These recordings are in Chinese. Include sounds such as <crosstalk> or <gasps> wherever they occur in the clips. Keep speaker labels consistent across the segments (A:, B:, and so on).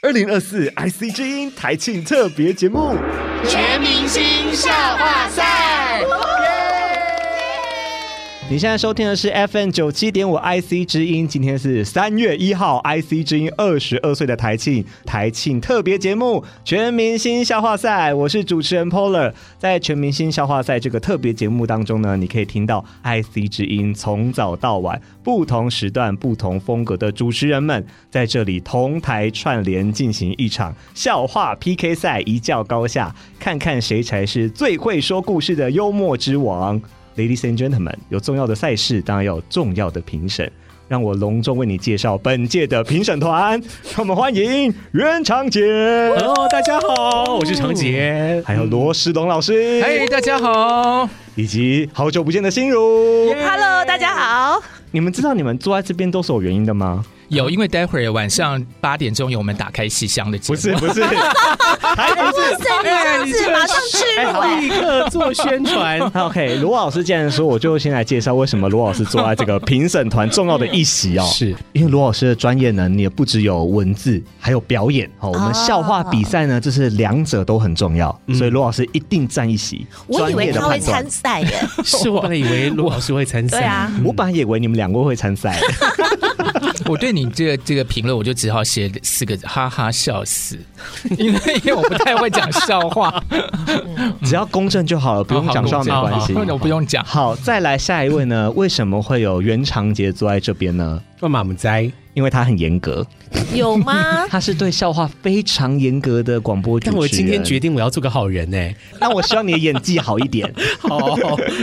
A: 二零二四 IC 之音台庆特别节目，
B: 全明星笑话赛。
C: 你现在收听的是 FM 九七点五 IC 之音，今天是三月一号 IC 之音二十二岁的台庆台庆特别节目《全明星笑话赛》，我是主持人 Polar。在《全明星笑话赛》这个特别节目当中呢，你可以听到 IC 之音从早到晚不同时段、不同风格的主持人们在这里同台串联进行一场笑话 PK 赛，一较高下，看看谁才是最会说故事的幽默之王。Ladies and gentlemen，有重要的赛事，当然要有重要的评审。让我隆重为你介绍本届的评审团，让我们欢迎袁长杰，哦
D: Hello，大家好，我是常杰。
C: 还有罗世龙老师，
D: 嘿、大家好。
C: 以及好久不见的心如。
E: Hello，大家好。
C: 你们知道你们坐在这边都是有原因的吗？
D: 有，因为待会儿晚上八点钟有我们打开戏箱的节目。
C: 不是，
E: 哎
D: 哎
C: 还不是。
E: 哇塞，你这样子马上吃哎
D: <laughs>
E: 尾，
D: 立刻做宣传。
C: <laughs> OK，罗老师既然说，我就先来介绍为什么罗老师坐在这个评审团重要的一席哦。
D: 是
C: 因为罗老师的专业能力不只有文字，还有表演
D: 啊
C: 哦。我们笑话比赛呢，就是两者都很重要，
D: 嗯
C: 所以罗老师一定占一席。
E: 我以为他会
C: 专业的判断
E: 参赛耶。
D: <laughs> 是我本来以为罗老师会参赛。
E: 对啊，
C: 我本来以为你们 <laughs> 两个会参赛，
F: <laughs> 我对你这个这个评论，我就只好写四个字哈哈笑死，因为因为我不太会讲笑
D: <laughs>
F: 话，
C: 只要公正就好了，不用讲笑没
D: 哦
C: 关系。
F: 我不用讲。
C: 好，再来下一位呢？为什么会有袁长杰坐在这边呢？
D: 干嘛不在？
C: 因为他很严格，
E: 有吗？ <laughs>
C: <laughs> 他是对笑话非常严格的广播主持
D: 但
C: 人。
D: 我今天决定我要做个好人呢、
C: 那我希望你的演技好一点，
D: <laughs> 好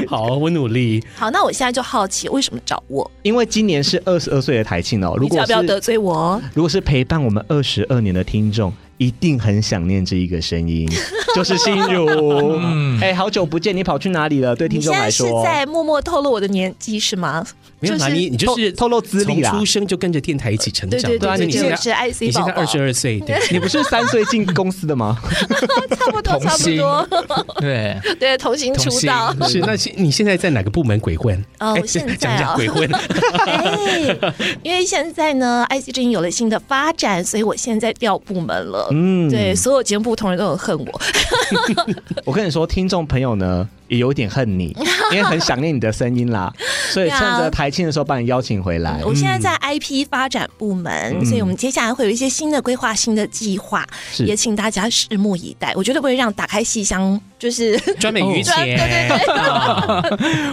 D: 好，我努力。
E: 好，那我现在就好奇，为什么找我？
C: 因为今年是二十二岁的台庆哦。如
E: 你
C: 果
E: 要
C: 是
E: 不要得罪我？
C: 如果是陪伴我们二十二年的听众，一定很想念这一个声
E: <laughs>
C: 音，就是心
D: 哎
C: 如。嗯，哎，好久不见，你跑去哪里了？对听
E: 你现
C: 众来
E: 在是
C: 说，
E: 在默默透露我的年纪是吗？
D: 没有啦，你你就是
C: 透透露资历啦
D: 从出生就跟着电台一起成
E: 对
D: 长的。
E: 对对
D: 那
E: 对，
D: 啊你
E: 就
D: 现在
E: 是 IC
D: 你现
E: 宝
D: 在
E: 宝
D: 二，十二岁，对，
C: 你不是三岁进公司的吗？
E: 差不多
F: 童
E: 差不
F: 星
E: 多，
F: 对，
E: <laughs> 对，童星
F: 童
E: 出
F: 星
E: 道。
D: 是
E: <laughs>
D: 那现你现在在哪个部门鬼混？
E: 哦
D: 哎，
E: 现在
D: 讲讲
E: 哦
D: 鬼混， <laughs>
E: 哎，因为现在呢，IC 之音有了新的发展，所以我现在调部门了。
C: 嗯
E: 对，所有节目部同仁都很恨我。
D: 嗯
C: 我跟你说，听众朋友呢也有点恨
D: <laughs>
C: 你，因为很想念你的声音啦，所以趁着台庆的时候把你邀请回来。
E: 我现在在 IP 发展部门，
D: 嗯
E: 所以我们接下来会有一些新的规划、新的计划，
C: 是
E: 也请大家拭目以待。我绝对不会让打开戏箱就是
D: 专
C: 哦
D: 门于
E: <laughs> 专对
D: 钱。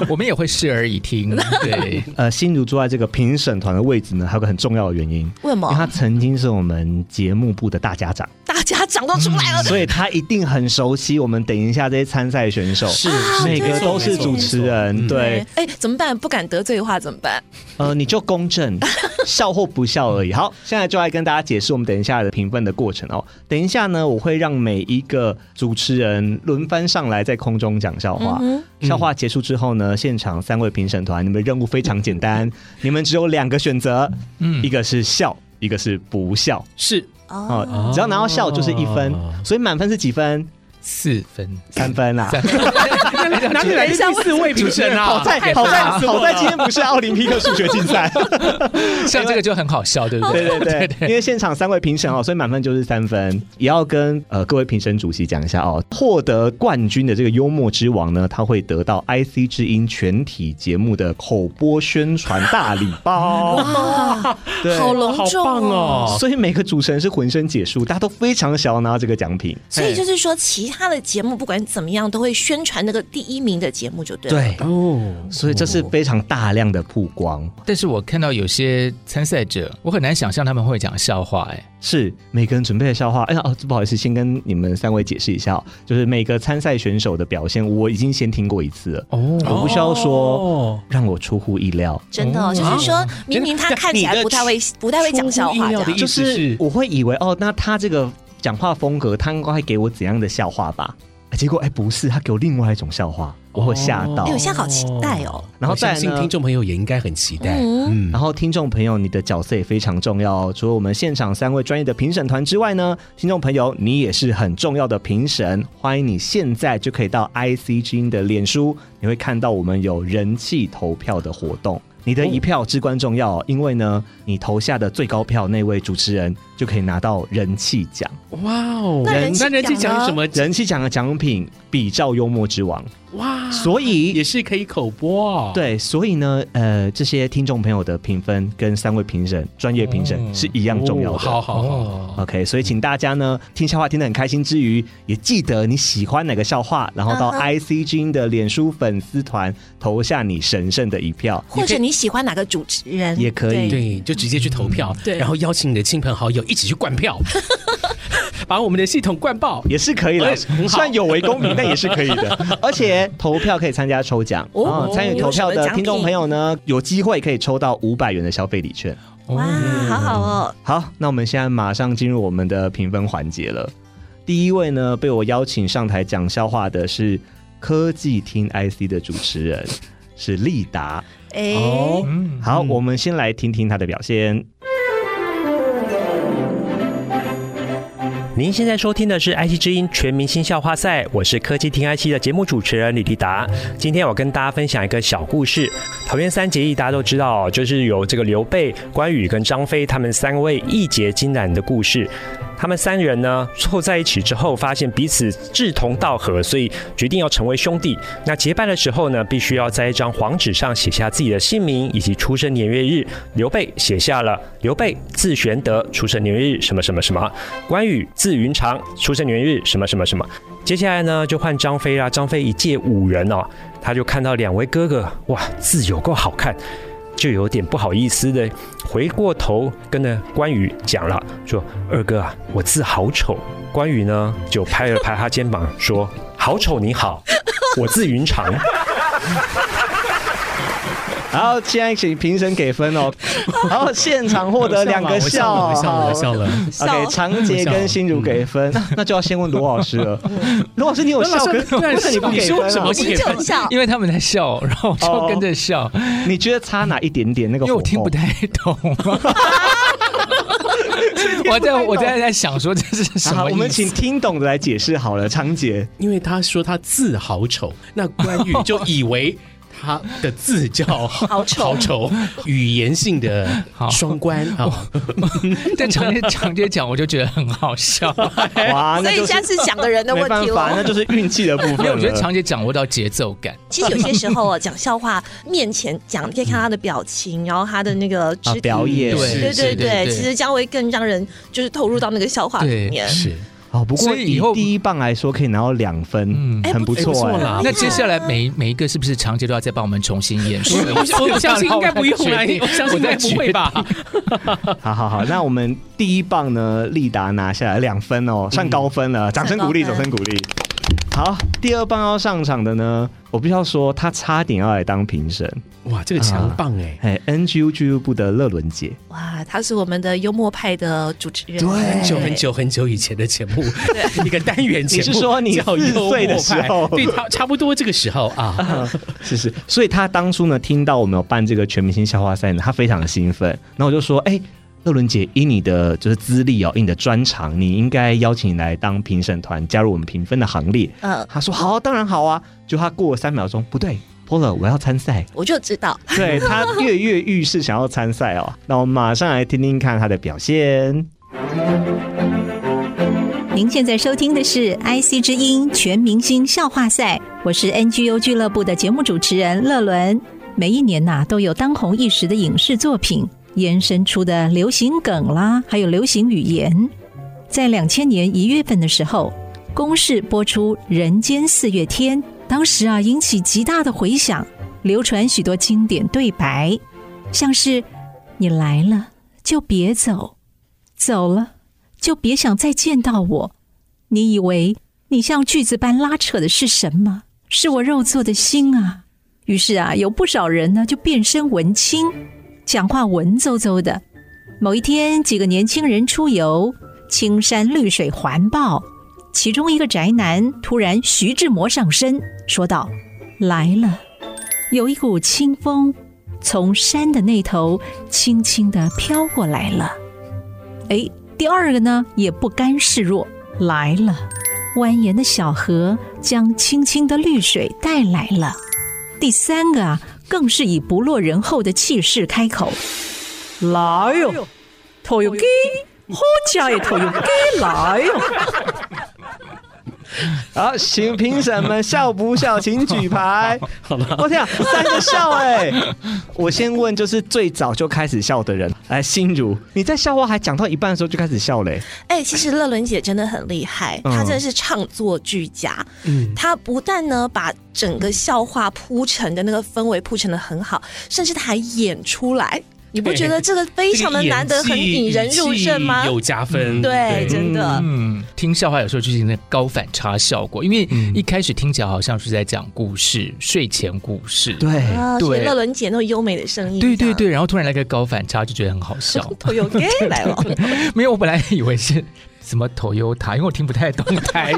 F: 我们也会视而以
D: <laughs>
F: 听。对，
C: 呃，心如坐在这个评审团的位置呢，还有个很重要的原因，因
E: 为什
C: 为他
E: 么
C: 曾经是我们节目部的大家长，
E: 大家长都出来了？
C: 嗯所以他一定很熟悉我们等一下这些参赛选手，
D: 是
C: 每个都是主持
D: 嗯
C: 人，对，
E: 哎，怎么办？不敢得罪的话怎么办？
C: 呃，你就公正，笑或不笑而已。好，现在就来跟大家解释我们等一下的评分的过程哦。等一下呢，我会让每一个主持人轮番上来，在空中讲笑话。
E: 嗯
C: 笑话结束之后呢，现场三位评审团，你们的任务非常简单，你们只有两个选择，
F: 嗯
C: 一个是笑，一个是不笑。
D: 是
E: 哦，
C: 哦，只要拿到笑就是一分，所以满分是几分？
F: 哦四分，
C: 三分啊 <laughs> 啦。
D: 哪里来的第四
F: <laughs>
D: 位评审啊？
C: 好在
F: 太
C: 好在
F: 棒
C: 好在今天不是奥林匹克数学竞
D: <laughs>
C: 赛。
F: <laughs> 像这个就很好笑，对不
C: 对
F: <laughs> 对？
C: 对对，因为现场三位评审哦，所以满分就是三分。也要跟呃各位评审主席讲一下哦，获得冠军的这个幽默之王呢，他会得到 IC 之音全体节目的口播宣传大礼包。
A: <laughs>
E: 啊，
C: <laughs> 对。
E: 好隆重
D: 好棒哦
C: 所以每个主持人是浑身解数，大家都非常想要拿到这个奖品。
E: 所以
D: 哎
E: 就是说，其他的节目不管怎么样，都会宣传那个第一名的节目就对了。
C: 对，
D: 哦，
C: 所以这是非常大量的曝光，
F: 但是我看到有些参赛者，我很难想象他们会讲笑话。
C: <laughs>
F: 哎，
C: 是每个人准备的笑话。哎呀，哦，不好意思，先跟你们三位解释一下、哦，就是每个参赛选手的表现，我已经先听过一次了。
F: 哦，
C: 我不需要说，让我出乎意料，
E: 真的哦，就是说明明他看起来不太会不太会讲笑话，
D: 出
E: 这样
D: 乎意料的意
C: 哦就
D: 思是
C: 是我会以为哦，那他这个讲话风格，他应该会给我怎样的笑话吧？哎结果哎不是，他给我另外一种笑话，我会吓到
E: 哎。我现在好期待哦。
C: 然后
D: 我相
C: 再来
D: 信
C: 呢
D: 听，众朋友也应该很期待。嗯，
E: 嗯
C: 然后听众朋友，你的角色也非常重要哦。除了我们现场三位专业的评审团之外呢，听众朋友你也是很重要的评审。欢迎你现在就可以到 IC 之音的脸书，你会看到我们有人气投票的活动。你的一票至关重要，因为呢，你投下的最高票那位主持人就可以拿到人气奖。
B: 哇哦，
E: 那人
B: 那人气
E: 气啊奖
B: 奖
D: 啊
B: 有
E: 呢
B: 什么？
C: 人气奖的奖品比照幽默之王，
B: 哇，
D: 哦
C: 所以
B: 也是可以口播哦。，
C: 对，所以呢，呃，这些听众朋友的评分跟三位评审、专业评审是一样重要的。
B: 哦好好好。
F: 哦，
C: OK，所以请大家呢听笑话听得很开心之余，也记得你喜欢哪个笑话，然后到
E: 嗯哼
C: ICG 的脸书粉丝团投下你神圣的一票。
E: 或者你喜欢哪个主持人
C: 也可以
B: 对，就直接去投票，
E: 嗯对
B: 然后邀请你的亲朋好友一起去
E: <laughs>
B: 灌票，把我们的系统灌爆。
C: 也是可以
B: 哎
C: 的，
B: 很好
C: 虽然有违公民，但也是可以的。而且投票可以参加抽奖，
E: 哦
C: 啊参与投票
E: 有什么
C: 的
E: 奖品
C: 听众朋友呢，有机会可以抽到五百元的消费礼券。
E: 哇，
D: 嗯
E: 好好哦，
C: 好，那我们现在马上进入我们的评分环节了。第一位呢，被我邀请上台讲笑话的是科技厅 IC 的主持人，是利达。哦
E: 哎、
F: 嗯，
C: 好，我们先来听听他的表现。
G: 您现在收听的是 IC 之音全明星笑话赛，我是科技听 IC 的节目主持人李迪达。今天我跟大家分享一个小故事。桃园三结义大家都知道哦，就是有这个刘备、关羽跟张飞他们三位义结金兰的故事。他们三人呢凑在一起之后，发现彼此志同道合，所以决定要成为兄弟。那结拜的时候呢，必须要在一张黄纸上写下自己的姓名以及出生年月日。刘备写下了刘备，字玄德，出生年月日什么什么什么。关羽字云长，出生年月日什么什么什么。接下来呢，就换张飞啦。张飞一介武人哦，他就看到两位哥哥，哇，字有够好看，就有点不好意思的回过头跟呢关羽讲了，说：“二哥啊，我字好丑。”关羽呢就拍了拍他肩膀，说：“好丑你好，我字云长。”
C: <laughs> 好，现在请评审给
E: <laughs>
C: 分哦。好，现场获得两个
F: 我笑了，我笑了，
C: 好
F: 我笑了。
E: 笑
C: OK，常杰跟心如给分，
E: <laughs>
C: 那那就要先问罗老师了。罗老师，你有笑，可是为什么你不给
B: 你说
C: 分
B: 什
C: 啊哦
B: 么？
E: 你就笑，
F: 因为他们在笑，然后我就跟着笑，嗯
C: 你觉得差哪一点点？那个
F: 因为我
C: 火
F: 听不
C: 候
F: 太懂。啊
C: <laughs>
F: 我在我在在想说这是什
C: 好，
F: 么意思？
C: 我们请听懂的来解释好了。
F: <laughs>
C: 常杰，
B: 因为他说他字好丑， <laughs> 那关羽就以为他的字叫好
E: 丑
B: 好丑，语言性的双关
E: <laughs>
B: 啊。
F: 在长街长街讲，我就觉得很好笑。
C: <laughs>
F: 哎
E: <laughs>
C: 哇，
E: 所
C: 那
E: 以
C: 就是
E: 下次讲的人的
C: 没
E: 问
C: 办
E: 题哦
C: 法，那
E: 了。
C: 就是运气的部
F: 因
C: 分
F: 为
C: 了。
F: 我觉得
E: <laughs>
F: 长姐掌握到节奏感，
E: 其实有些时候啊，讲笑话面前讲，你可以看他的表情，然后他的那个肢
C: 啊
E: 体
C: 表演
F: 对
E: 对
F: 是
E: 对对，
F: 对
E: 其实这样会更让人就是投入到那个笑话里面。
B: 是，
C: 哦，不过
F: 所以
C: 以
F: 以后
C: 第一棒来说，可以拿到两分
F: 嗯，
E: 哎
C: 很
E: 不
C: 错
B: 错
C: 哎。
B: 啦
F: 那接下来每每一个是不是长姐都要再帮我们重新演示？
B: 我我我相信应该不用来，我相信应该不会吧？
C: 好
B: <laughs>
C: 好好，那我们第一棒呢，利达拿下来两分
B: 嗯
C: 哦，上高
B: <laughs>
C: 分了，掌声鼓励，
E: 上
C: 掌
E: 高分
C: 声鼓励。好，第二棒要上场的呢，我必须要说，他差点要来当评审。
B: <laughs> 哇，这个
E: 啊
B: 强棒哎！
C: 哎，NGU 俱乐部的乐伦姐，
E: 哇，他是我们的幽默派的主持人，
B: 很久很久很久以前的节目，一个单元节目，
C: 你是说你
B: <laughs> 叫
C: 四
B: 幽默
C: 岁的时
B: 派
C: 候
B: 对，差差不多这个时候啊，
C: <laughs> 是是，所以他当初呢，听到我们有办这个全明星笑话赛呢，他非常的兴奋。然后我就说，哎、乐伦姐，以你的就是资历哦，以你的专长，你应该邀请你来当评审团，加入我们评分的行列。
E: 嗯，
C: 他说好，当然好啊。就他过了三秒钟，不对，Polo，我要参赛。
E: 我就知道。
C: 对他跃跃欲试，想要参赛哦。那我们马上来听听看他的表现。
H: 您现在收听的是 IC 之音全明星笑话赛，我是 NGU 俱乐部的节目主持人乐伦。每一年呐、都有当红一时的影视作品延伸出的流行梗啦，还有流行语言。在两千年一月份的时候，公视播出《人间四月天》，当时啊引起极大的回响，流传许多经典对白，像是“你来了就别走，走了”。就别想再见到我。你以为你像锯子般拉扯的是什么？是我肉做的心啊！于是啊，有不少人呢就变身文青，讲话文绉绉的。某一天，几个年轻人出游，青山绿水环抱，其中一个宅男突然徐志摩上身，说道：“来了。”有一股清风从山的那头轻轻地飘过来了。哎，第二个呢也不甘示弱，来了，蜿蜒的小河将清清的绿水带来了。第三个啊，更是以不落人后的气势开口：“来哟、头油鸡，好家的头油鸡来哟、
C: 好，啊请评审们笑不笑，请
B: <laughs>
C: 举牌。好吧，我天、啊，三个笑哎、我先问，就是最早就开始笑的人，来，心如，你在笑话还讲到一半的时候就开始笑
B: <laughs>
C: 嘞、
E: <laughs> 哎、其实乐伦姐真的很厉害，
C: 嗯
E: 她真的是唱作俱佳。嗯，她不但呢把整个笑话铺陈的那个氛围铺陈的很好，甚至她还演出来。你不觉得这个非常的难得，
B: 哎这个
E: 很
B: 演技
E: 引人入胜吗
B: 语气？有加分，
E: 对，真的。
F: 嗯，听笑话有时候就是那高反差效果，因为
B: 嗯
F: 一开始听起来好像是在讲故事，睡前故事。
B: 哎
C: 对，
E: 啊，所以
F: 对
E: 乐伦姐那种优美的声音，
F: 对对，对，然后突然来个高反差，就觉得很好笑。
E: 头有 gay 来
B: <laughs>
E: 了，
F: <laughs> 没有，我本来以为是什么 Toyota，因为我听不太懂
B: <laughs>
F: 台语。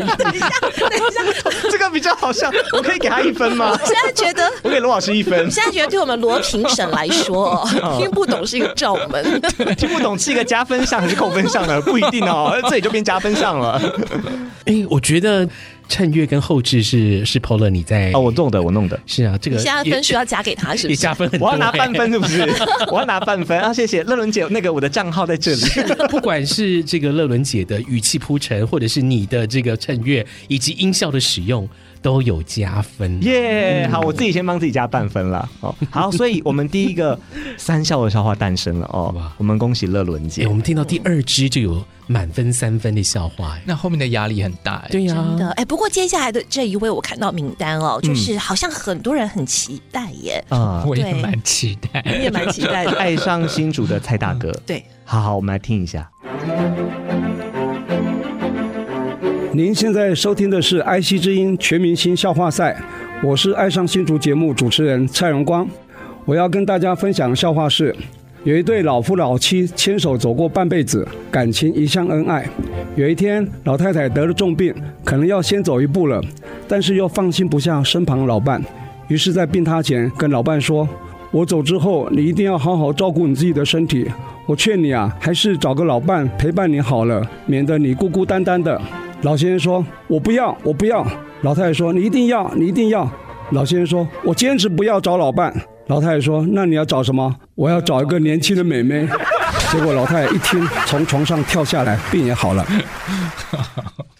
C: 这个比较好笑，我可以给他一分吗？
E: 现在觉得。
C: 我给罗老师一分，
E: 现在觉得对我们罗评审来
B: <laughs>
E: 说，
B: 哦
E: 听不懂是一个罩门。
C: 听不懂是一个加分项还是扣分项呢？不一
B: <laughs>
C: 定哦，这里就变加分项了。
B: 哎，我觉得趁月跟后置是是 Polo 你在
C: 哦，我弄的，我弄的。
B: 是啊，这个
E: 现在
B: 也
E: 分数要加给他，是不
B: 也
E: 是？
B: 加分很多，
C: 我要拿半
B: 哎
C: 分是
B: <laughs>
C: 不是？我要拿半分啊！谢谢乐伦姐，那个我的账号在这里。
B: <laughs> 不管是这个乐伦姐的语气铺陈，或者是你的这个衬乐以及音效的使用，都有加分。嗯
C: 耶、哎好，我自己先帮自己加半分了。哦，好，所以我们第一个三笑的笑话诞生了哦
B: 吧。
C: 我们恭喜乐伦
B: 哎、
C: 姐
B: 我。们听到第二支就有满分三分的笑话、哎，
F: 那后面的压力很大、哎
B: 对呀、嗯
E: 真的，哎，不过接下来的这一位我看到名单哦，就是好像很多人很期待耶，
C: 啊、
F: 我也
E: 对
F: 蛮期待。
E: 你也蛮期待的。
C: <laughs>
E: 嗯
C: 爱上新主的蔡大哥。
E: 对，
C: 好好，我们来听一下。
I: 您现在收听的是《爱惜之音》全明星笑话赛，我是爱上新竹节目主持人蔡荣光。我要跟大家分享的笑话是：有一对老夫老妻牵手走过半辈子，感情一向恩爱。有一天，老太太得了重病，可能要先走一步了，但是又放心不下身旁老伴，于是，在病榻前跟老伴说：“我走之后，你一定要好好照顾你自己的身体。我劝你啊，还是找个老伴陪伴你好了，免得你孤孤单单的。”老先生说：“我不要，我不要。”老太太说：“你一定要，你一定要。”老先生说：“我坚持不要找老伴。”老太太说：“那你要找什么？我要找一个年轻的美眉。”结果老太太一听，从床上跳下来，病也好了。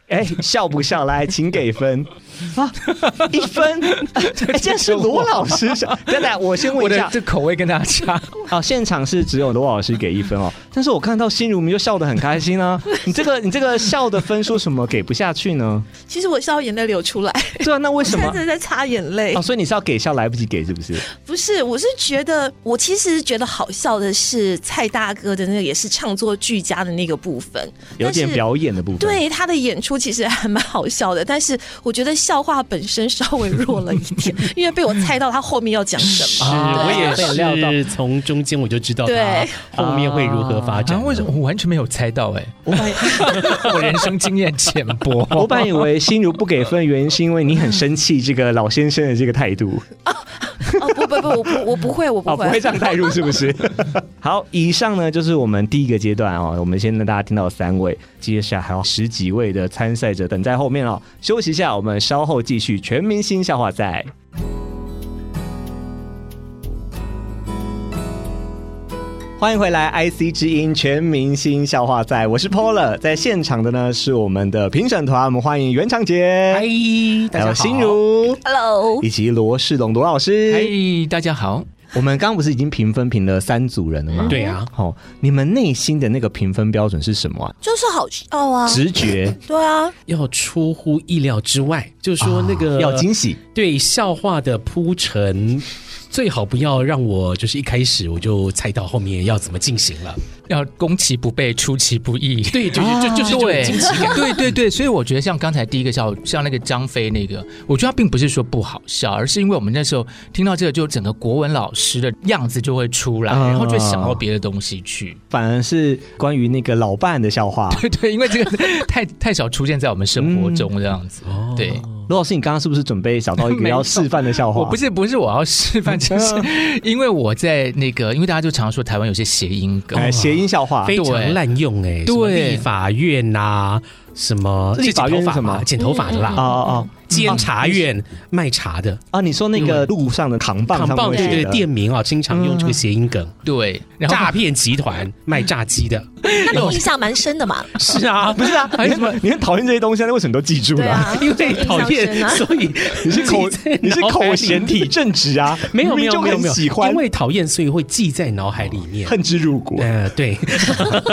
C: 哎、笑不笑？来，请给分
F: <laughs>
C: 啊，一分。哎、这是罗老
F: <laughs>
C: 师笑。等等，我先问
F: 我
C: 一
F: 的
C: 下，
F: 这口味跟大家差，
C: 哦，现场是只有罗老师给一分哦，但是我看到心如明就笑得很开心
E: <laughs>
C: 啊。你这个你这个笑的分数什么给不下去呢？
E: 其实我是要眼泪流出来，
C: 对啊，那为什
E: <laughs> 现在
C: 么
E: 真？的在擦眼泪
C: 哦，。所以你是要给笑来不及给是不是？
E: 不是，我是觉得，我其实觉得好笑的是蔡大哥的那个也是唱作俱佳的那个部分，
C: 有点
E: 但是
C: 表演的部分。，
E: 对他的演出其实还蛮好笑的，但是我觉得笑话本身稍微弱了一点，因为被我猜到他后面要讲什么。
B: 是我也
C: 被料到
B: 是从中间我就知道它
E: 对
B: 后面会如何发展。
F: 然啊后为什么我完全没有猜到、欸哎，我人生经验浅薄。
C: 我本来以为心如不给分，的原因是因为你很生气这个老先生的这个态度
E: 哦不不不，我不我不会，我不
C: 哦，不
E: 会。
C: 会这样代入是不 <laughs> 是？好，以上呢就是我们第一个阶段哦，我们先让大家听到三位，接下来还有十几位的参赛者等在后面哦。休息一下，我们稍后继续全明星笑话赛。欢迎回来，IC 之音全明星笑话赛，我是 Pola，在现场的呢是我们的评审团，我们欢迎袁长杰，
F: 嗨，大家
C: 还
F: 好。
C: 有心如，
E: Hello，
C: 以及罗世龙罗老
F: 嗨
C: 师。，
F: 大家好。
C: 我们刚刚不是已经评分评了三组人了吗？
B: 对啊，
C: 好、你们内心的那个评分标准是什么啊？
E: 就是好笑啊，
C: 直觉，
E: 对啊，
B: 要出乎意料之外，就是说那个、
C: 啊要惊喜，
B: 对笑话的铺陈， <laughs> 最好不要让我就是一开始我就猜到后面要怎么进行了。
F: 要攻其不备，出其不意。
B: 对，就是、就就是这种
F: 对
B: 惊喜感。
F: 对对对，所以我觉得像刚才第一个笑，像那个张飞那个，我觉得他并不是说不好笑，而是因为我们那时候听到这个，就整个国文老师的样子就会出来，
C: 啊
F: 然后就想到别的东西去。 <laughs>
C: 反而是关于那个老伴的笑话。
F: 对对，因为这个太太少出现在我们生活
B: 嗯
F: 中这样子。
B: 哦
F: 对，
C: 罗老师，你刚刚是不是准备找到一
F: <laughs>
C: 个
F: 没有
C: 要示范的笑话？
F: 我不是不是我要示范，就是 <laughs> 因为我在那个，因为大家就常说台湾有些谐音梗，
C: 哎，谐音笑话。
B: 非
F: 对
B: 常滥用哎、欸，啊什么
F: 对
B: 立法院呐、什么
C: 立法院是什么
B: 剪头发嘛剪头发的啦，
C: 哦哦，
B: 监察院卖茶的嗯
C: 啊，你说那个路上的扛棒
B: 扛
C: 上面
B: 棒，
C: 会
B: 对对
C: 写
B: 对
C: 的
B: 店名啊，经常用这个谐音梗。
F: 嗯对，然后
B: 诈骗集团卖炸鸡的，
E: 那你印象蛮深的嘛？
B: 是啊， <laughs> 不
C: 不
F: <laughs>
C: <laughs> 是啊，
B: 还
F: 哎
C: 你
B: 有什么
C: 很？你很讨厌这些东西，那为什么你都记住
E: <laughs> 对
C: 了、
E: 啊，
B: <laughs> 因为讨
E: 印
C: <laughs>
B: 厌，
E: 象深啊
B: 所以
C: 你是口
B: 记在
C: 你是
B: 脑海
C: 口
B: 里
C: 嫌体正直啊，
B: <laughs> 没有没
C: 明明
B: 有
C: 就
B: 没有
C: 很
B: 没有，
C: 喜欢，
B: 因为讨厌，所以会记在脑海里面。
C: 恨之入骨
B: 呃，对，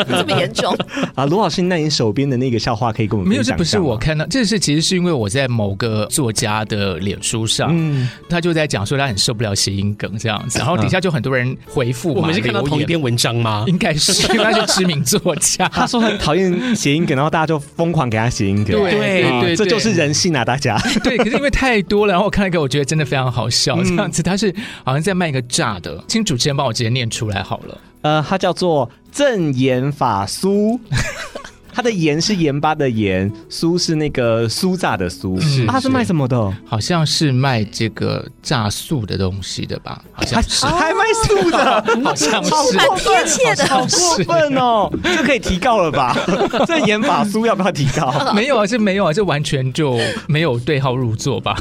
E: 这么严重，
C: <laughs> 啊。卢老师，那你手边的那个笑话可以跟我们
F: 没有，
C: 分
F: 这
C: 享
F: 不
C: 一下
F: 是
B: 啊
C: 吗
F: 我，看到，这是其实是因为我在某个作家的脸书上，
C: 嗯
F: 他就在讲说他很受不了谐音梗这样子，然后底下就很多人回复
B: 我
F: 嘛，
B: 们是看到
F: 留言
B: 同一篇文章 <laughs> 吗？
C: 啊
F: 应该是因为他是知名作家，
C: <laughs> 他说很讨厌谐音梗，然后大家就疯狂给他谐音梗，
F: 对
B: 对
C: 啊
F: 对
C: 这
F: 对
C: 就是人性啊，大家。
F: <laughs> 对，可是因为太多了，然后我看了一个，我觉得真的非常好笑，这样
C: 嗯
F: 子他是好像在卖一个炸的，请主持人帮我直接念出来好了。
C: 呃，它叫做正盐法苏。 <laughs> 它的盐是盐巴的盐，酥是那个酥炸的酥。
B: 是
C: 啊它是
B: 是
C: 卖什么的？
F: 好像是卖这个炸素的东西的吧？好像
C: 还
F: 是，
C: 还卖素的，
F: 好像是，
E: 蛮贴切的。
C: 好过分哦！这可以提告
F: <laughs>
C: 了吧？这盐法酥要不要提告？
F: 没有啊，这没有啊，这完全就没有对号入座
C: <laughs>
F: 吧？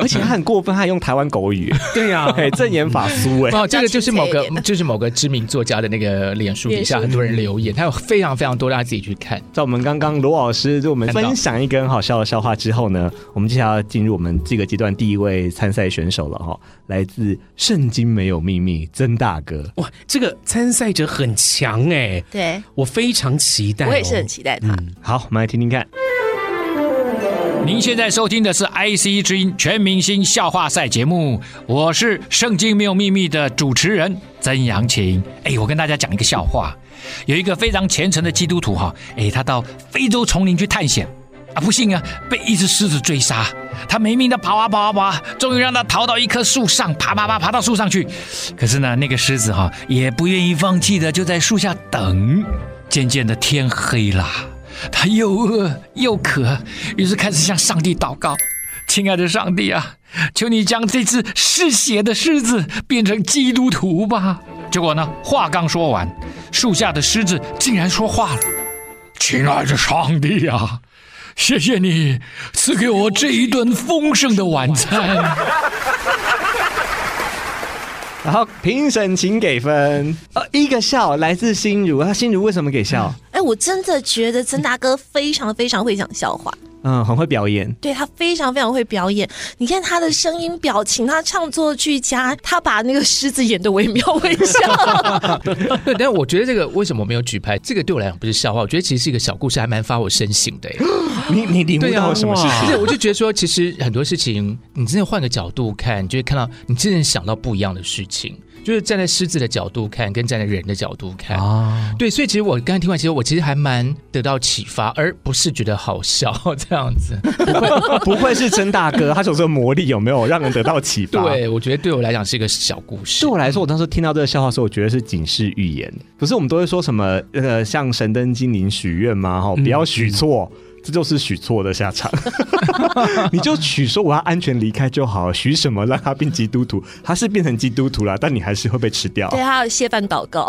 C: 而且他很过分，他还用台湾狗语，
B: 对呀，
C: 哎，正盐法酥，哎，
F: 哦， <laughs> 这个就是某个
E: 比较亲切一点的
F: 就是某个知名作家的那个呃脸书底下
E: 脸书
F: 很多人留言，他有非常非常多，大家自己去看。
C: 在我们刚刚罗老师就我们
F: 看到
C: 分享一个很好笑的笑话之后呢，我们接下来要进入我们这个阶段第一位参赛选手了哈，来自《圣经没有秘密》曾大哥。
B: 哇，这个参赛者很强哎，
E: 对，
B: 我非常期待哦，
E: 我也是很期待他。
C: 嗯好，我们来听听看。
J: 您现在收听的是 IC 之音全明星笑话赛节目，我是《圣经没有秘密》的主持人曾阳晴。哎，我跟大家讲一个笑话，有一个非常虔诚的基督徒哈，哎，他到非洲丛林去探险。啊，不幸啊，被一只狮子追杀，他没命的跑啊跑啊跑啊，终于让他逃到一棵树上，爬爬爬爬到树上去。可是呢，那个狮子哈、也不愿意放弃的，就在树下等。渐渐的天黑啦，他又饿又渴，于是开始向上帝祷告：“亲爱的上帝啊，求你将这只嗜血的狮子变成基督徒吧。”结果呢，话刚说完，树下的狮子竟然说话了：“亲爱的上帝啊！”谢谢你赐给我这一顿丰盛的晚餐。
C: 然后评审请给分，呃，一个笑来自心如，他心如为什么给笑？
E: 哎，我真的觉得曾大哥非常非常会讲笑话，
C: 嗯，很会表演，
E: 对他非常非常会表演。你看他的声音、表情，他唱作俱佳，他把那个狮子演的惟妙惟
F: <laughs>
E: 肖。
F: 对，但我觉得这个为什么我没有举牌？这个对我来讲不是笑话，我觉得其实是一个小故事，还蛮发我深省的耶。
C: <gasps> 你你领悟
F: 对
C: 到
F: 啊，
C: 了什么事情？
F: 对，我就觉得说，其实很多事情，你真的换个角度看，你就会看到你真的想到不一样的事情。就是站在狮子的角度看，跟站在人的角度看啊，对，所以其实我刚才听完，其实我其实还蛮得到启发，而不是觉得好笑 <laughs> 这样子。
C: <laughs> 不会是曾大哥，他手中的魔力有没有让人得到启发？。
F: 对，我觉得对我来讲是一个小故事
C: 对。我来说，我当时听到这个笑话的时候，我觉得是警示预言。不是我们都会说什么那个、向神灯精灵许愿吗？哈、不要许错，这就是许错的下 <laughs> 场。你就许说我要安全离开就好，许什么让他变基督徒？他是变成基督徒了，但你还是会被吃掉
E: 对，。他有谢饭祷告，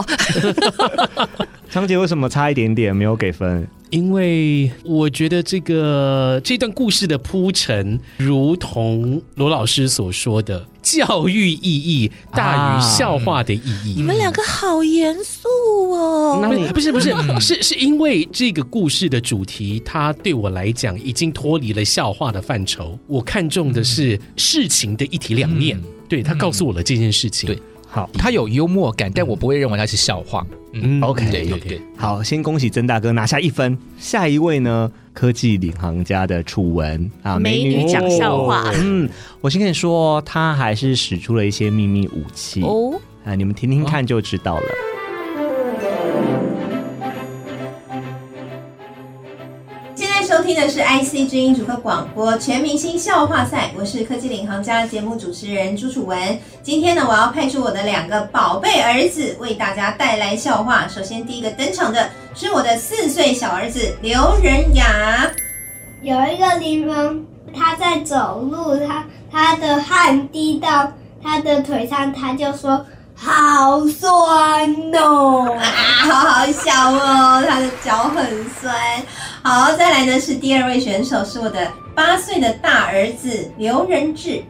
C: 张姐为什么差一点点没有给分？
B: 因为我觉得这个这段故事的铺陈，如同罗老师所说的，教育意义
C: 啊
B: 大于笑话的意义。
E: <laughs> 你们两个好严肃哦。
C: 那你
B: 不是不是不是，是是因为这个故事的主题，它对我来讲已经脱离了笑话的范畴。我看重的是事情的一体两面，对他告诉我了这件事情。
F: 对
C: 好，
F: 它有幽默感，但我不会认为它是笑话。
B: 嗯
C: OK，
F: 对对对，
C: 好，先恭喜曾大哥拿下一分。下一位呢，科技领航家的楚文啊，
E: 美女讲笑话
C: 嗯，我先跟你说，他还是使出了一些秘密武器
E: 哦，
C: 啊，你们听听看就知道了。
K: 现在收听的是 IC 之音主客广播全明星笑话赛，我是科技领航家节目主持人朱楚文。今天呢，我要派出我的两个宝贝儿子为大家带来笑话。首先，第一个登场的是我的四岁小儿子刘仁雅。
L: 有一个灵人，他在走路，他他的汗滴到他的腿上，他就说：“好酸哦！
K: <laughs> 啊，好好笑哦，他的脚很酸。好，再来呢是第二位选手，是我的八岁的大儿子刘仁志。”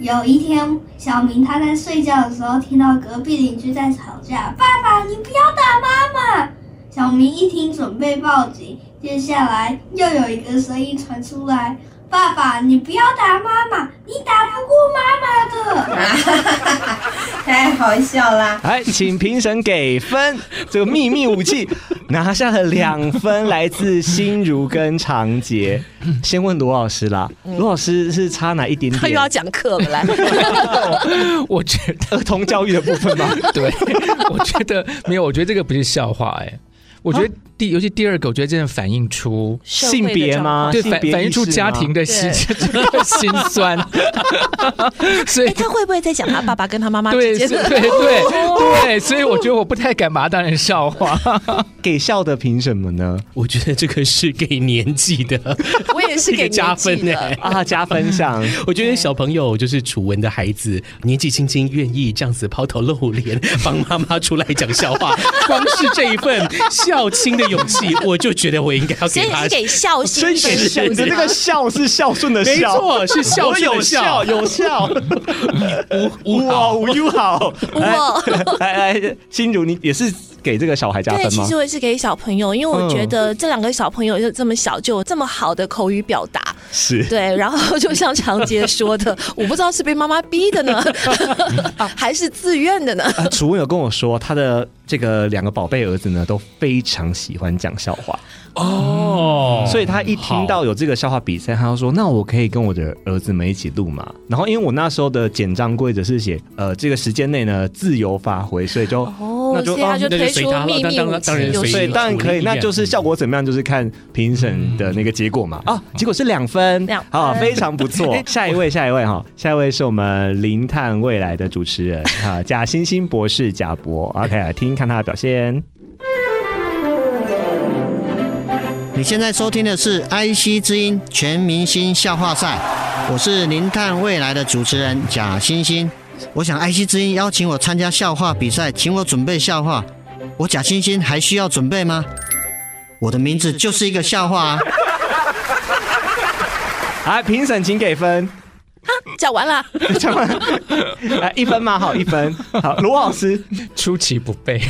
L: 有一天，小明他在睡觉的时候，听到隔壁邻居在吵架：“爸爸，你不要打妈妈！”小明一听，准备报警。接下来又有一个声音传出来：“爸爸，你不要打妈妈，你打不过妈妈的。
K: <laughs> 太好笑啦！
C: 来，哎请评审
E: <laughs>
C: 给分。这个秘密武器拿下了两分，来自心如跟长杰。先问罗老师啦，
E: 嗯
C: 罗老师是差哪一点点？
E: <laughs> 他又要讲课了，来。
F: 我觉得
C: 儿童教育的部分吧。
F: <laughs> 对，我觉得没有，我觉得这个不是笑话哎、欸。我觉得第，尤其第二个，我觉得真的反映出
C: 啊性别吗？
F: 对，反反映出家庭的心心酸。所以
E: 哎他会不会在讲他爸爸跟他妈妈
F: 对对对
E: 哦 <laughs>
F: 对，所以我觉得我不太敢把它当成笑话。
C: <laughs> 给笑的凭什么
F: <laughs>
C: 呢？
B: 我觉得这个是给年纪
C: <laughs>
B: 的，
E: 我也是
B: <laughs>
E: 给
B: 加分
E: 的
C: 啊，加分项。
B: <laughs> 我觉得小朋友就是楚文的孩子，年纪轻轻愿意这样子抛头露
C: <laughs>
B: 脸帮妈妈出来讲笑话，光是这一份。孝亲的勇气，我就觉得我应该要给他。
E: 所以给孝心，
C: 真是你的这个孝是孝顺的孝，
B: 没错，是孝顺的
C: 孝，有 <laughs> 孝
B: 无无
C: 好无忧好，
E: 无
C: <laughs> 来来，心如你也是给这个小孩加分吗？
E: 对，其实我也是给小朋友，因为我觉得这两个小朋友就这么小就有这么好的口语表达，
C: 是
E: 对。然后就像常杰说的，我不知道是被妈妈逼的
B: <laughs>
E: 呢，还是自愿的呢。
C: 呃楚文有跟我说，他的这个两个宝贝儿子呢都。非常喜欢讲笑话
B: 哦，
C: 所以他一听到有这个笑话比赛，他就说：“那我可以跟我的儿子们一起录嘛？”然后因为我那时候的简章规则是写，呃，这个时间内呢自由发挥，所以就
E: 哦，所以他就推出秘密武器，
C: 所以当然可以，那就是效果怎么样，就是看评审的那个结果嘛。啊，结果是两分，
E: 嗯
C: 好，非常不错。 <laughs> 下一位，下一位哈，下一位是我们零探未来的主持人啊，贾欣欣博士贾博，OK，来听看他的表现。
E: <laughs>
M: 你现在收听的是《IC 之音全明星笑话赛》，我是零探未来的主持人贾欣欣。我想，IC 之音邀请我参加笑话比赛，请我准备笑话。我贾欣欣还需要准备吗？我的名字就是一个笑话啊！
C: <laughs> 来，评审请给分。
E: 哈，讲完了，
C: 讲完 <laughs> 了，来啊哎一分嘛，好
E: <laughs>
C: 一分，好，罗老师
F: <laughs> 出其不备，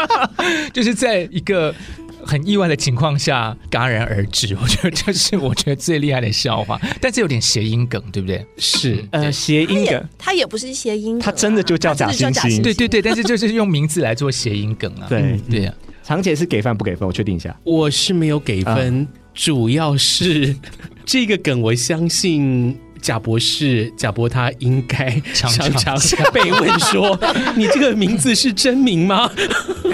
F: <laughs> 就是在一个。很意外的情况下戛然而止，我觉得这是我觉得最厉害的笑话，但是有点谐音梗，对不嗯对？
C: 是，呃，谐音梗，
E: 它也不是谐音梗、啊，
C: 它真的就叫假惺惺，
F: 对对对，但是就是用名字来做谐音梗啊，
C: 对、嗯、
F: 对呀、啊。
C: 长姐是给分不给分？我确定一下，
B: 我是没有给分，啊、主要
F: <laughs>
B: 是这个梗，我相信。贾博士，贾博他应该常常被问
F: <laughs>
B: 说：“你这个名字是真名吗？”